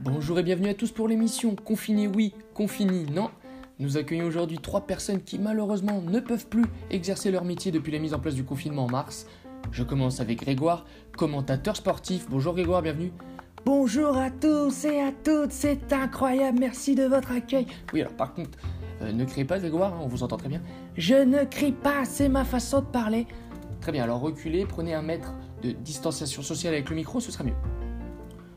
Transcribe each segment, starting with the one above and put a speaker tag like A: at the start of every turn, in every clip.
A: Bonjour et bienvenue à tous pour l'émission Confiné oui, confiné non. Nous accueillons aujourd'hui trois personnes qui malheureusement ne peuvent plus exercer leur métier depuis la mise en place du confinement en mars. Je commence avec Grégoire, commentateur sportif. Bonjour Grégoire, bienvenue.
B: Bonjour à tous et à toutes, c'est incroyable, merci de votre accueil.
A: Oui alors par contre, euh, ne criez pas Grégoire, hein, on vous entend très bien.
B: Je ne crie pas, c'est ma façon de parler.
A: Très bien, alors reculez, prenez un mètre de distanciation sociale avec le micro, ce sera mieux.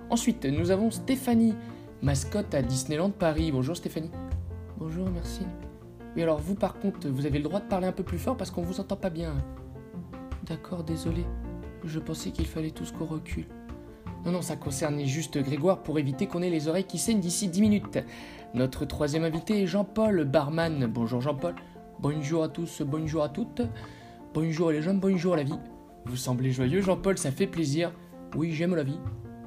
A: Ensuite, nous avons Stéphanie, mascotte à Disneyland Paris. Bonjour Stéphanie. Bonjour, merci. Oui, alors vous par contre, vous avez le droit de parler un peu plus fort parce qu'on vous entend pas bien. D'accord, désolé. Je pensais qu'il fallait tous qu'on recule. Non, non, ça concernait juste Grégoire pour éviter qu'on ait les oreilles qui saignent d'ici 10 minutes. Notre troisième invité est Jean-Paul, barman. Bonjour Jean-Paul. Bonjour à tous, bonjour à toutes. Bonjour les gens, bonjour la vie. Vous semblez joyeux Jean-Paul, ça fait plaisir. Oui, j'aime la vie.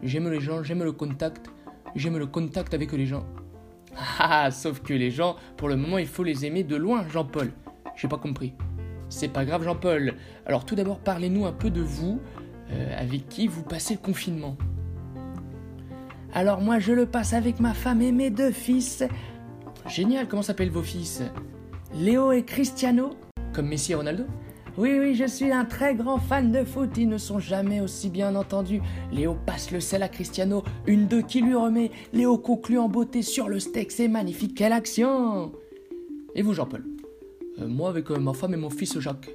A: J'aime les gens, j'aime le contact. J'aime le contact avec les gens. Ah, sauf que les gens, pour le moment, il faut les aimer de loin, Jean-Paul. J'ai pas compris. C'est pas grave, Jean-Paul. Alors tout d'abord, parlez-nous un peu de vous, euh, avec qui vous passez le confinement.
B: Alors moi je le passe avec ma femme et mes deux fils,
A: Génial, comment s'appellent vos fils
B: Léo et Cristiano.
A: Comme Messi et Ronaldo
B: Oui oui, je suis un très grand fan de foot, ils ne sont jamais aussi bien entendus. Léo passe le sel à Cristiano, une deux qui lui remet, Léo conclut en beauté sur le steak, c'est magnifique, quelle action
A: Et vous, Jean-Paul Euh, Moi, avec euh, ma femme et mon fils Jacques.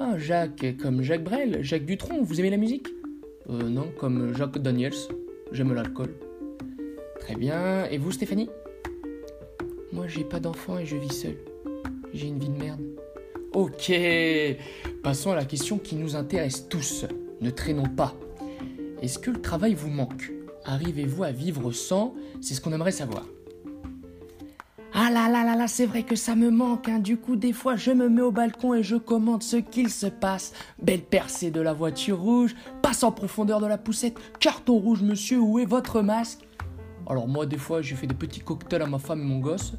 A: Ah, Jacques, comme Jacques Brel, Jacques Dutronc, vous aimez la musique Euh, non, comme Jacques Daniels, j'aime l'alcool. Très bien, et vous, Stéphanie Moi, j'ai pas d'enfant et je vis seul. J'ai une vie de merde. Ok, passons à la question qui nous intéresse tous. Ne traînons pas. Est-ce que le travail vous manque Arrivez-vous à vivre sans C'est ce qu'on aimerait savoir.
B: Ah là là là là, c'est vrai que ça me manque, hein. du coup des fois je me mets au balcon et je commande ce qu'il se passe. Belle percée de la voiture rouge, passe en profondeur de la poussette, carton rouge monsieur, où est votre masque
A: Alors moi des fois j'ai fait des petits cocktails à ma femme et mon gosse.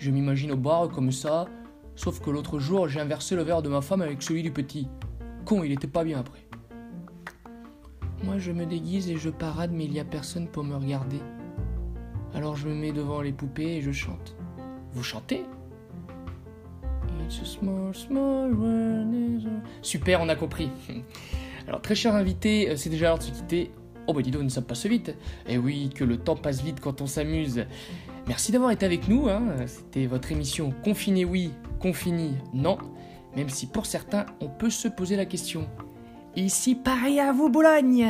A: Je m'imagine au bar comme ça, sauf que l'autre jour j'ai inversé le verre de ma femme avec celui du petit. Con, il était pas bien après. Moi je me déguise et je parade mais il y a personne pour me regarder. Alors je me mets devant les poupées et je chante. Vous chantez It's a small, small world, it's a- Super, on a compris. Alors, très cher invité, euh, c'est déjà l'heure de se quitter. Oh bah dis donc, nous sommes passés vite. Et oui, que le temps passe vite quand on s'amuse. Merci d'avoir été avec nous. hein. C'était votre émission Confiné oui, confiné non. Même si pour certains, on peut se poser la question.
B: Ici Paris à vous Boulogne